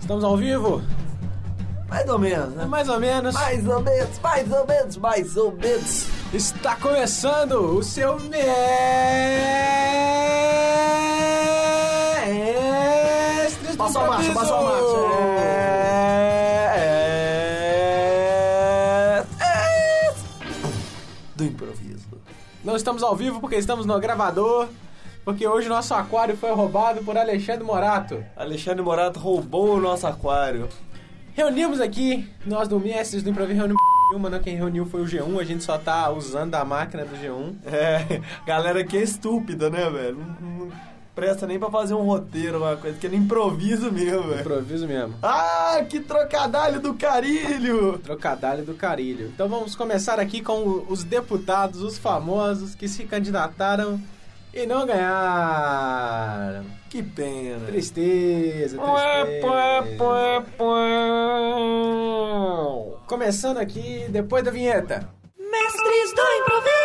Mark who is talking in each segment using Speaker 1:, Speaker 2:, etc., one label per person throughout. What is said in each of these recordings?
Speaker 1: Estamos ao vivo?
Speaker 2: Mais ou menos, né?
Speaker 1: Mais ou menos.
Speaker 2: Mais ou menos, mais ou menos, mais ou menos.
Speaker 1: Está começando o seu mestre. do
Speaker 2: Passou a marcha,
Speaker 1: Improviso.
Speaker 2: passou a marcha. É, Do improviso.
Speaker 1: Não estamos ao vivo porque estamos no gravador. Porque hoje nosso aquário foi roubado por Alexandre Morato.
Speaker 2: Alexandre Morato roubou o nosso aquário.
Speaker 1: Reunimos aqui, nós do Mestres do Improviso reunimos nenhuma, não. Quem reuniu foi o G1, a gente só tá usando a máquina do G1.
Speaker 2: É, galera que é estúpida, né, velho? Não, não presta nem pra fazer um roteiro, uma coisa, que é no improviso mesmo, velho.
Speaker 1: É Improviso mesmo.
Speaker 2: Ah, que trocadalho do carilho!
Speaker 1: Trocadalho do carilho. Então vamos começar aqui com o- os deputados, os famosos que se candidataram e não ganharam.
Speaker 2: Que pena.
Speaker 1: Tristeza,
Speaker 2: é,
Speaker 1: tristeza. Começando aqui depois da vinheta.
Speaker 3: Mestres do improviso!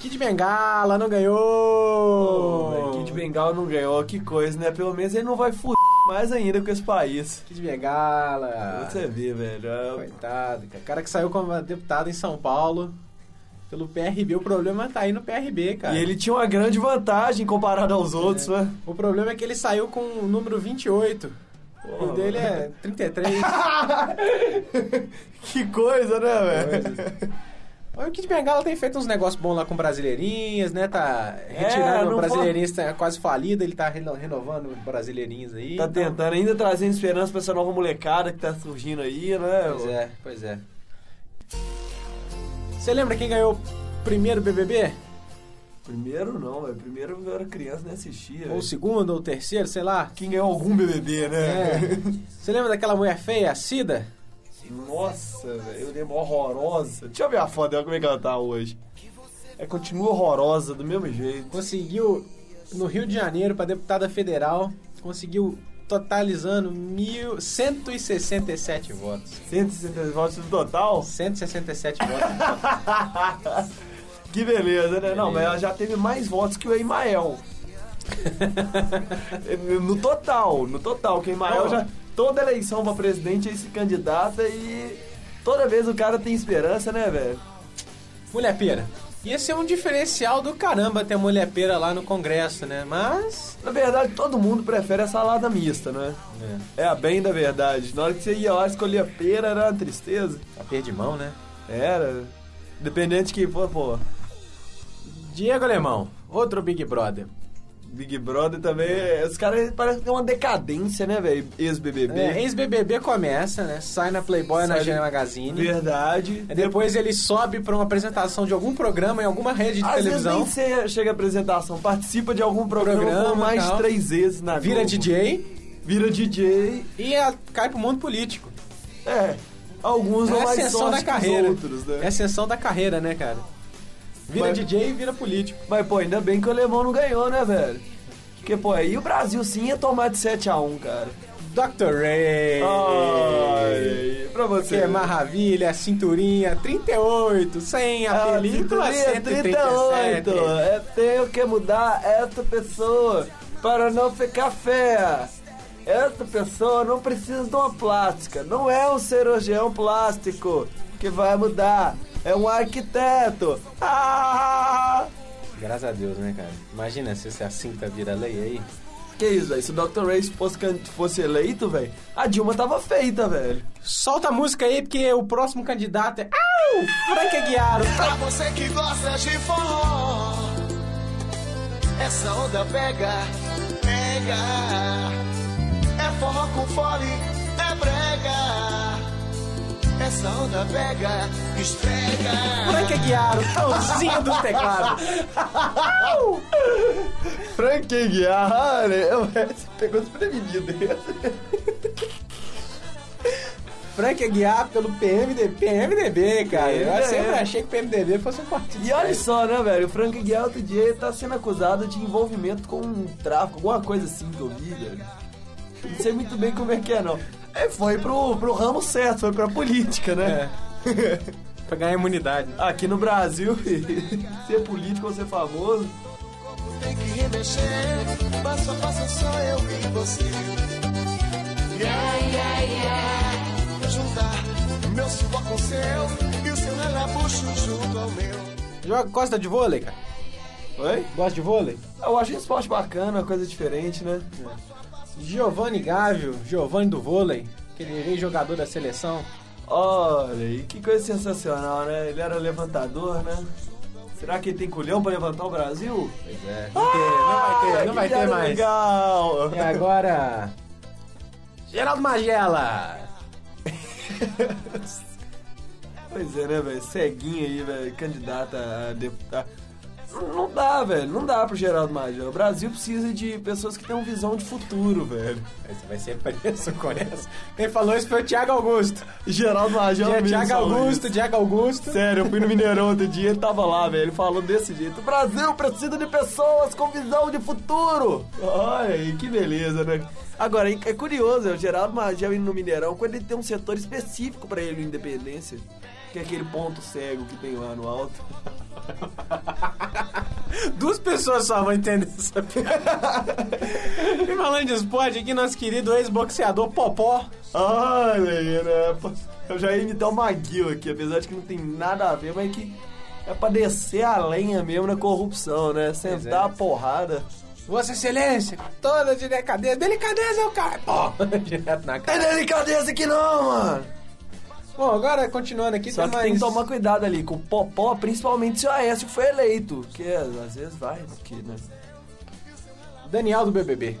Speaker 1: Kid Bengala não
Speaker 2: Pô,
Speaker 1: ganhou.
Speaker 2: velho, Kid Bengal não ganhou, que coisa, né? Pelo menos ele não vai fuder mais ainda com esse país.
Speaker 1: Kid Bengala.
Speaker 2: Você vê, velho. é-
Speaker 1: Coitado, cara. O cara que saiu como deputado em São Paulo pelo PRB. O problema tá aí no PRB, cara.
Speaker 2: E ele tinha uma grande vantagem comparado aos outros, né?
Speaker 1: O problema é que ele saiu com o número 28.
Speaker 2: Porra,
Speaker 1: o dele é 33.
Speaker 2: Que coisa, né, velho?
Speaker 1: Olha, o Kid Bengala tem feito uns negócios bons lá com brasileirinhas, né? Tá retirando
Speaker 2: É, não
Speaker 1: o brasileirinhas, tá quase falido, ele tá reno- renovando brasileirinhas aí.
Speaker 2: Tá
Speaker 1: Então,
Speaker 2: tentando ainda trazendo esperança pra essa nova molecada que tá surgindo aí, né?
Speaker 1: Pois é, pois é. Você lembra quem ganhou o primeiro BBB?
Speaker 2: Primeiro não, velho. Primeiro eu era criança nem assistia.
Speaker 1: Ou o
Speaker 2: velho.
Speaker 1: segundo, ou o terceiro, sei lá.
Speaker 2: Quem ganhou algum BBB,
Speaker 1: É.
Speaker 2: né?
Speaker 1: Você lembra daquela mulher feia, a Cida?
Speaker 2: Nossa, velho. Eu lembro horrorosa. Deixa eu ver a foto dela, como é que ela tá hoje. É, continua horrorosa do mesmo jeito.
Speaker 1: conseguiu no Rio de Janeiro para deputada federal, conseguiu totalizando mil, 167 votos.
Speaker 2: 160 votos no total?
Speaker 1: 167 votos.
Speaker 2: Que beleza, né? Não, mas ela já teve mais votos que o Emael. no total, no total, que o Emael
Speaker 1: Oh.
Speaker 2: já. Toda eleição pra presidente ele se candidata e toda vez o cara tem esperança, né, velho?
Speaker 1: Mulher pera. Ia ser um diferencial do caramba ter mulher pera lá no Congresso, né? Mas.
Speaker 2: Na verdade, todo mundo prefere a salada mista, né? É a bem da verdade. Na hora que você ia lá escolher pera, era uma tristeza.
Speaker 1: Tá perdi mão, né?
Speaker 2: Era. Dependente de quem for, pô.
Speaker 1: Diego Alemão, outro Big Brother.
Speaker 2: Big Brother também. é- Os caras parecem que é uma decadência, né, velho? Ex-BBB.
Speaker 1: É, Ex-BBB começa, né? Sai na Playboy, na
Speaker 2: Sai
Speaker 1: Gênero
Speaker 2: de-
Speaker 1: Magazine.
Speaker 2: Verdade.
Speaker 1: Aí Depois ele sobe pra uma apresentação de algum programa em alguma rede de
Speaker 2: Às
Speaker 1: televisão.
Speaker 2: vezes nem você chega à apresentação, participa de algum programa,
Speaker 1: Programa,
Speaker 2: por mais
Speaker 1: tal.
Speaker 2: três vezes na
Speaker 1: Vira
Speaker 2: Globo.
Speaker 1: DJ
Speaker 2: Vira DJ.
Speaker 1: e a- cai pro mundo político.
Speaker 2: É. Alguns
Speaker 1: É
Speaker 2: não
Speaker 1: a
Speaker 2: mais
Speaker 1: ascensão
Speaker 2: são
Speaker 1: da carreira.
Speaker 2: outros, né?
Speaker 1: É a ascensão da carreira, né, cara? Vira
Speaker 2: Mas-
Speaker 1: DJ e vira político.
Speaker 2: Mas, pô, ainda bem que o Alemão não ganhou, né, velho? Porque, pô, aí o Brasil sim ia tomar de 7x1, cara.
Speaker 1: Dr. Ray!
Speaker 2: Ai, pra
Speaker 1: que
Speaker 2: você.
Speaker 1: é maravilha, cinturinha, 38, 100, a
Speaker 2: Ah,
Speaker 1: película, 138.
Speaker 2: 38. É, tenho que mudar essa pessoa para não ficar feia. Essa pessoa não precisa de uma plástica. Não é um cirurgião plástico que vai mudar. É um arquiteto. Ah!
Speaker 1: Graças a Deus, né, cara? Imagina se essa cinta vira lei aí.
Speaker 2: Que isso, velho? Se o Dr. Ray fosse, can- fosse eleito, velho, a Dilma tava feita, velho.
Speaker 1: Solta a música aí, porque o próximo candidato é... Au! Frank Aguiar!
Speaker 4: Pra você que gosta de forró, essa onda pega, pega. É forró com fole, é brega. Essa onda pega, esfrega.
Speaker 1: Frank Aguiar, o tãozinho dos teclados.
Speaker 2: Frank Aguiar, ah, você pegou desprevenido.
Speaker 1: Frank Aguiar pelo PMDB, PMDB, cara. Eu
Speaker 2: PMDB.
Speaker 1: sempre achei que o PMDB fosse um partido.
Speaker 2: E olha só, né, velho? O Frank Aguiar outro dia ele tá sendo acusado de envolvimento com um tráfico, alguma coisa assim que eu vi, velho. Não sei muito bem como é que é, não. É, foi pro, pro ramo certo, foi pra política, né?
Speaker 1: É. pra ganhar imunidade.
Speaker 2: Aqui no Brasil, ser político ou ser famoso,
Speaker 4: Tem que remexer. Passo a passo é só eu e você. Yeah, yeah, yeah. Juntar meu suor com o seu e o seu relabucho junto ao meu.
Speaker 1: Joga, gosta de vôlei, cara?
Speaker 2: Oi?
Speaker 1: Gosta de vôlei?
Speaker 2: Eu acho um esporte bacana, uma coisa diferente, né?
Speaker 1: Giovanni Gávio, Giovanni do vôlei, aquele ex-jogador da seleção.
Speaker 2: Olha, e que coisa sensacional, né? Ele era levantador, né? Será que ele tem culhão pra levantar o Brasil?
Speaker 1: Pois é. Não vai ter, não vai ter, não vai ter mais.
Speaker 2: Ah, Legal.
Speaker 1: E agora. Geraldo Magela!
Speaker 2: Pois é, né, velho? Ceguinho aí, velho, candidata a deputado. Não dá, velho. Não dá pro Geraldo Major. O Brasil precisa de pessoas que tenham visão de futuro, velho.
Speaker 1: Você vai ser preso com essa. Quem falou isso foi o Thiago Augusto.
Speaker 2: Geraldo Major
Speaker 1: Dia-
Speaker 2: mesmo
Speaker 1: Thiago
Speaker 2: falou
Speaker 1: Augusto,
Speaker 2: isso.
Speaker 1: Thiago Augusto.
Speaker 2: Sério, eu fui no Mineirão outro dia, ele tava lá, velho. Ele falou desse jeito. O Brasil precisa de pessoas com visão de futuro. Olha aí, que beleza, né? Agora, é curioso, é o Geraldo Magel indo no Mineirão, quando ele tem um setor específico pra ele no Independência, que é aquele ponto cego que tem lá no alto.
Speaker 1: Duas pessoas só vão entender essa piada. e falando de esporte, aqui nosso querido ex-boxeador Popó.
Speaker 2: Olha aí, né? Pô, Eu já ia imitar o Maguila aqui, apesar de que não tem nada a ver, mas que é pra descer a lenha mesmo na corrupção, né? Sentar a porrada.
Speaker 1: Vossa Excelência, toda de decadeza. Delicadeza é o cara. Pô, direto na
Speaker 2: É
Speaker 1: cara.
Speaker 2: delicadeza que não, mano!
Speaker 1: Bom, agora continuando aqui,
Speaker 2: Só que
Speaker 1: mais...
Speaker 2: tem que tomar cuidado ali com o Popó, principalmente se o Aécio foi eleito. Que às vezes vai, porque, né?
Speaker 1: Daniel do BBB.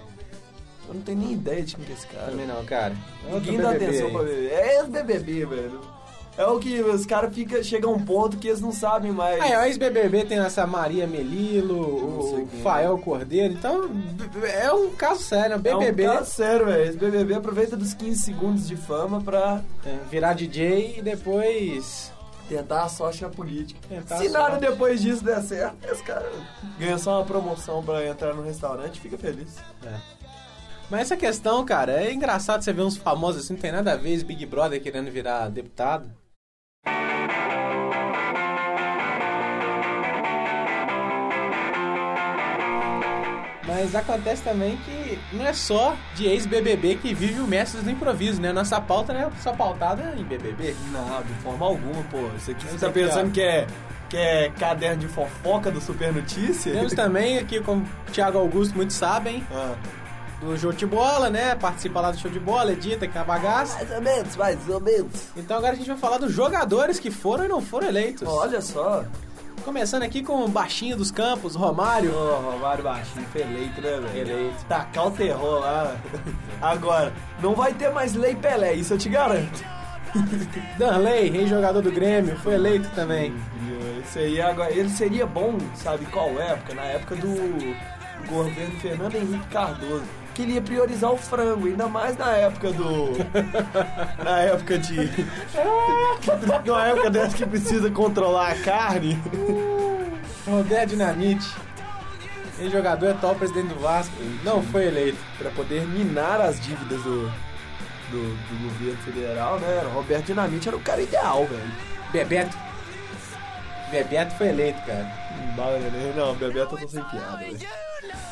Speaker 2: Eu não tenho nem ideia de quem que é esse cara.
Speaker 1: Também não, cara.
Speaker 2: Ninguém
Speaker 1: Outro
Speaker 2: dá
Speaker 1: BBB
Speaker 2: atenção
Speaker 1: aí.
Speaker 2: pra BBB. É ex-BBB, velho. É o que os caras ficam. Chega a um ponto que eles não sabem mais.
Speaker 1: Ah, é, o ex-BBB tem essa Maria Melilo,
Speaker 2: Não sei
Speaker 1: o
Speaker 2: quem é.
Speaker 1: Fael Cordeiro, então b- é um caso sério, o BBB
Speaker 2: É um caso sério, velho. Esse BBB aproveita dos 15 segundos de fama pra
Speaker 1: é, virar DJ e depois...
Speaker 2: tentar a sorte na política.
Speaker 1: Tentar
Speaker 2: Se
Speaker 1: a
Speaker 2: nada
Speaker 1: sorte.
Speaker 2: depois disso der certo, esse cara ganha só uma promoção pra entrar no restaurante fica feliz.
Speaker 1: É. Mas essa questão, cara, é engraçado você ver uns famosos assim, não tem nada a ver, esse Big Brother querendo virar deputado. Mas acontece também que não é só de ex-BBB que vive o Mestres do Improviso, né? Nossa pauta não é só pautada em BBB.
Speaker 2: Não, de forma alguma, pô. Isso aqui você
Speaker 1: Mas
Speaker 2: tá
Speaker 1: é que,
Speaker 2: pensando
Speaker 1: ó.
Speaker 2: que é, que é caderno de fofoca do Super Notícia?
Speaker 1: Temos também aqui, como o Thiago Augusto muito sabem,
Speaker 2: Ah.
Speaker 1: do Show de Bola, né? Participa lá do Show de Bola, edita, que é a bagaça.
Speaker 2: Mais ou menos, mais ou menos.
Speaker 1: Então agora a gente vai falar dos jogadores que foram e não foram eleitos.
Speaker 2: Olha só.
Speaker 1: Começando aqui com o baixinho dos campos, Romário.
Speaker 2: Ô, Romário Baixinho, foi eleito, né, velho?
Speaker 1: Eleito.
Speaker 2: Tacar o terror lá. Agora, não vai ter mais Lei Pelé, isso eu te garanto.
Speaker 1: Danley, ex-jogador do Grêmio, foi eleito também.
Speaker 2: Isso aí agora. Ele seria bom, sabe qual época? Na época do governo Fernando Henrique Cardoso. Que ele ia priorizar o frango, ainda mais na época do. Na época de. Na época dessa que precisa controlar a carne. Hum.
Speaker 1: Rodé Dinamite, ex-jogador é atual presidente do Vasco,
Speaker 2: Hum.
Speaker 1: não foi eleito.
Speaker 2: Pra poder minar as dívidas do, do, do governo federal, né? Roberto Dinamite era o cara ideal, velho.
Speaker 1: Bebeto. Bebeto foi eleito, cara.
Speaker 2: Não dá, né? Não, Bebeto eu tô sem piada, velho.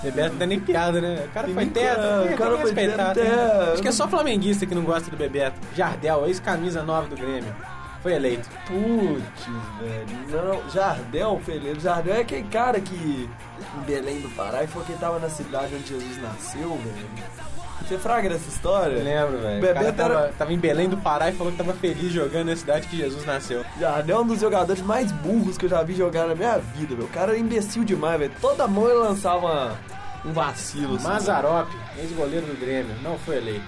Speaker 1: Bebeto não é nem piada, né? O cara
Speaker 2: Tem
Speaker 1: foi
Speaker 2: nem-
Speaker 1: teto,
Speaker 2: é,
Speaker 1: tem
Speaker 2: o cara
Speaker 1: que
Speaker 2: foi
Speaker 1: respeitar.
Speaker 2: teto,
Speaker 1: né?
Speaker 2: é.
Speaker 1: Acho que é só flamenguista que não gosta do Bebeto. Jardel, ex-camisa nova do Grêmio, foi eleito.
Speaker 2: Putz, velho. Não, Jardel, Felipe. Jardel é aquele cara que em Belém do Pará e foi quem tava na cidade onde Jesus nasceu, velho. Você fraga dessa história?
Speaker 1: Eu lembro, velho. O
Speaker 2: Bebeto
Speaker 1: cara tava,
Speaker 2: era-
Speaker 1: tava em Belém do Pará e falou que tava feliz jogando na cidade que Jesus nasceu.
Speaker 2: Jardel é um dos jogadores mais burros que eu já vi jogar na minha vida, velho. O cara era imbecil demais, velho. Toda mão ele lançava uma- um vacilo. assim.
Speaker 1: Mazarop, ex-goleiro do Grêmio, não foi eleito.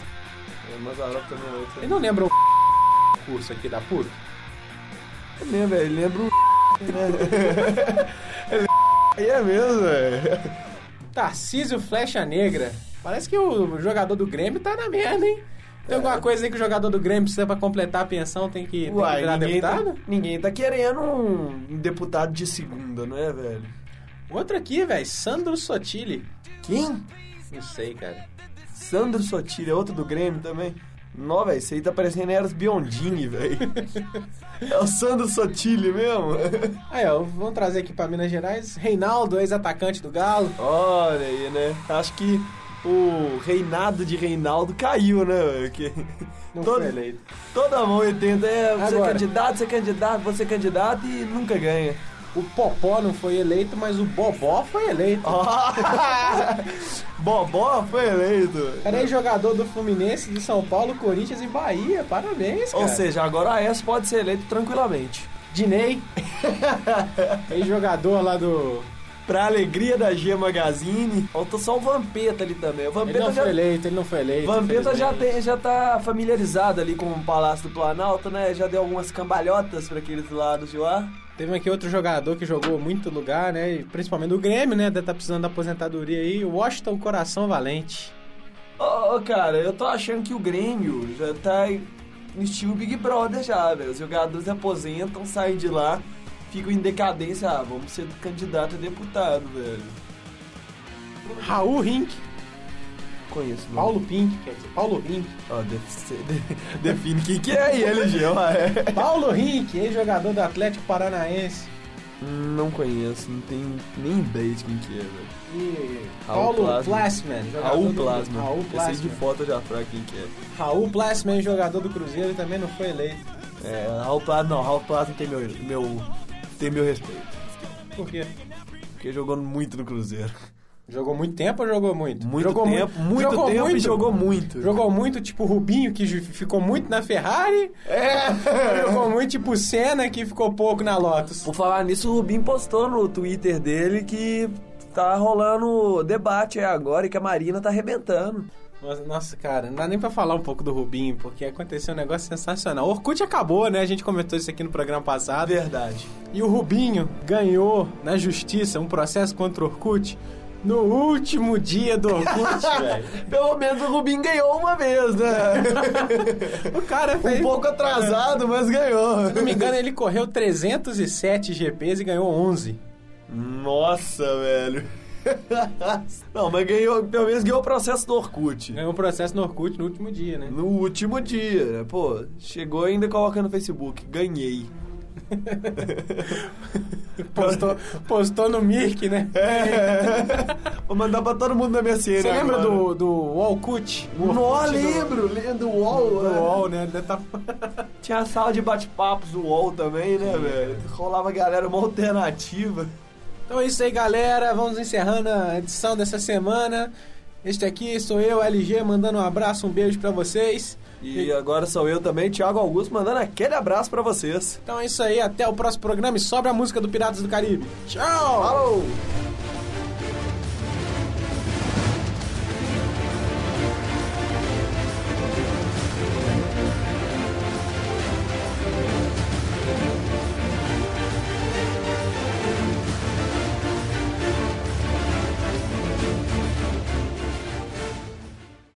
Speaker 2: É, Mazzaropi também é outro.
Speaker 1: Ele não lembra o curso aqui da PUC?
Speaker 2: É mesmo, velho. Ele lembra o. Ele é mesmo, velho.
Speaker 1: Tarcísio Flecha Negra. Parece que o jogador do Grêmio tá na merda, hein? Tem alguma coisa aí que o jogador do Grêmio precisa pra completar a pensão, tem que, tem que
Speaker 2: Uai,
Speaker 1: virar
Speaker 2: ninguém tá,
Speaker 1: deputado?
Speaker 2: ninguém tá querendo um deputado de segunda, não é, velho?
Speaker 1: Outro aqui, velho, Sandro Sotile.
Speaker 2: Quem?
Speaker 1: Não sei, cara.
Speaker 2: Sandro Sotiri, é outro do Grêmio também. Nó, velho, isso aí tá parecendo Eros Biondini, velho. É o Sandro Sotile mesmo?
Speaker 1: Aí, ó, vamos trazer aqui pra Minas Gerais. Reinaldo, ex-atacante do Galo.
Speaker 2: Olha aí, né? Acho que o reinado de Reinaldo caiu, né? velho? Que...
Speaker 1: Não
Speaker 2: todo-
Speaker 1: foi eleito.
Speaker 2: Toda mão entende, é, você é
Speaker 1: Agora.
Speaker 2: candidato, você é candidato, você é candidato e nunca ganha.
Speaker 1: O Popó não foi eleito, mas o Bobó foi eleito.
Speaker 2: Ó. Bobó foi eleito.
Speaker 1: Era aí é jogador do Fluminense, do São Paulo, Corinthians e Bahia. Parabéns, cara.
Speaker 2: Ou seja, agora a S pode ser eleito tranquilamente.
Speaker 1: Dinei. Ex-jogador lá do...
Speaker 2: Pra alegria da G Magazine. Falta só o Vampeta ali também. O
Speaker 1: Ele
Speaker 2: Vampeta
Speaker 1: não
Speaker 2: já,
Speaker 1: foi eleito, ele não foi eleito.
Speaker 2: Vampeta já,
Speaker 1: infelizmente.
Speaker 2: tem, já tá familiarizado ali com o Palácio do Planalto, né? Já deu algumas cambalhotas pra aqueles lados de lá.
Speaker 1: Teve aqui outro jogador que jogou muito lugar, né? E Principalmente o Grêmio, né? Deve tá precisando da aposentadoria aí. Washington Coração Valente.
Speaker 2: Ô, ô, cara, eu tô achando que o Grêmio já tá em- no estilo Big Brother já, velho. Os jogadores aposentam, saem de lá, ficam em decadência. Ah, vamos ser candidato a deputado, velho.
Speaker 1: Raul Rink.
Speaker 2: Conheço, não.
Speaker 1: Paulo Pink, quer dizer, Paulo Rink.
Speaker 2: Ó, def- se- de- define quem que é aí, LG, ué.
Speaker 1: Paulo Rink, ex-jogador do Atlético Paranaense.
Speaker 2: Hum, Não conheço, não tenho nem ideia de quem que é, velho.
Speaker 1: E
Speaker 2: Raul
Speaker 1: Paulo
Speaker 2: Plasman.
Speaker 1: Plasman, jogador
Speaker 2: Raul
Speaker 1: do-
Speaker 2: Plasma.
Speaker 1: Raul
Speaker 2: Esse aí de
Speaker 1: Plasman.
Speaker 2: foto eu já fraco quem que é.
Speaker 1: Raul Plasman, jogador do Cruzeiro, também não foi eleito.
Speaker 2: É, Raul Plasma, não, Raul Plasma tem meu, meu, tem meu respeito.
Speaker 1: Por quê?
Speaker 2: Porque jogou muito no Cruzeiro.
Speaker 1: Jogou muito tempo ou jogou muito?
Speaker 2: Muito
Speaker 1: jogou mu-
Speaker 2: tempo, muito
Speaker 1: jogou
Speaker 2: tempo e jogou muito.
Speaker 1: Jogou muito, tipo o Rubinho, que ju- ficou muito na Ferrari. É! jogou muito, tipo o Senna, que ficou pouco na Lotus.
Speaker 2: Por falar nisso, o Rubinho postou no Twitter dele que tá rolando debate aí agora e que a Marina tá arrebentando.
Speaker 1: Nossa, nossa, cara, não dá nem pra falar um pouco do Rubinho, porque aconteceu um negócio sensacional. O Orkut acabou, né? A gente comentou isso aqui no programa passado.
Speaker 2: Verdade.
Speaker 1: E o Rubinho ganhou na justiça um processo contra o Orkut no último dia do Orkut, velho.
Speaker 2: Pelo menos o Rubinho ganhou uma vez, né?
Speaker 1: O cara fez.
Speaker 2: um pouco atrasado, mas ganhou.
Speaker 1: Se não me engano, ele correu 307 GPs e ganhou 11.
Speaker 2: Nossa, velho. Não, mas ganhou, pelo menos ganhou o processo do Orkut.
Speaker 1: Ganhou o processo no Orkut no último dia, né?
Speaker 2: No último dia, né? pô, chegou ainda colocando no Facebook, ganhei.
Speaker 1: Postou, postou no Mirk, né?
Speaker 2: É, Vou mandar pra todo mundo na minha cena.
Speaker 1: Você lembra do, do Walkut? O Orkut
Speaker 2: Nó,
Speaker 1: do-
Speaker 2: lembro, lembro do UOL.
Speaker 1: Do
Speaker 2: né?
Speaker 1: UOL, né? Ele deve tá-
Speaker 2: Tinha a sala de bate-papos do UOL também, né, velho? Rolava galera uma alternativa.
Speaker 1: Então é isso aí, galera. Vamos encerrando a edição dessa semana. Este aqui sou eu, LG, mandando um abraço, um beijo pra vocês.
Speaker 2: E agora sou eu também, Thiago Augusto, mandando aquele abraço pra vocês.
Speaker 1: Então é isso aí, até o próximo programa e sobra a música do Piratas do Caribe. Tchau!
Speaker 2: Falou!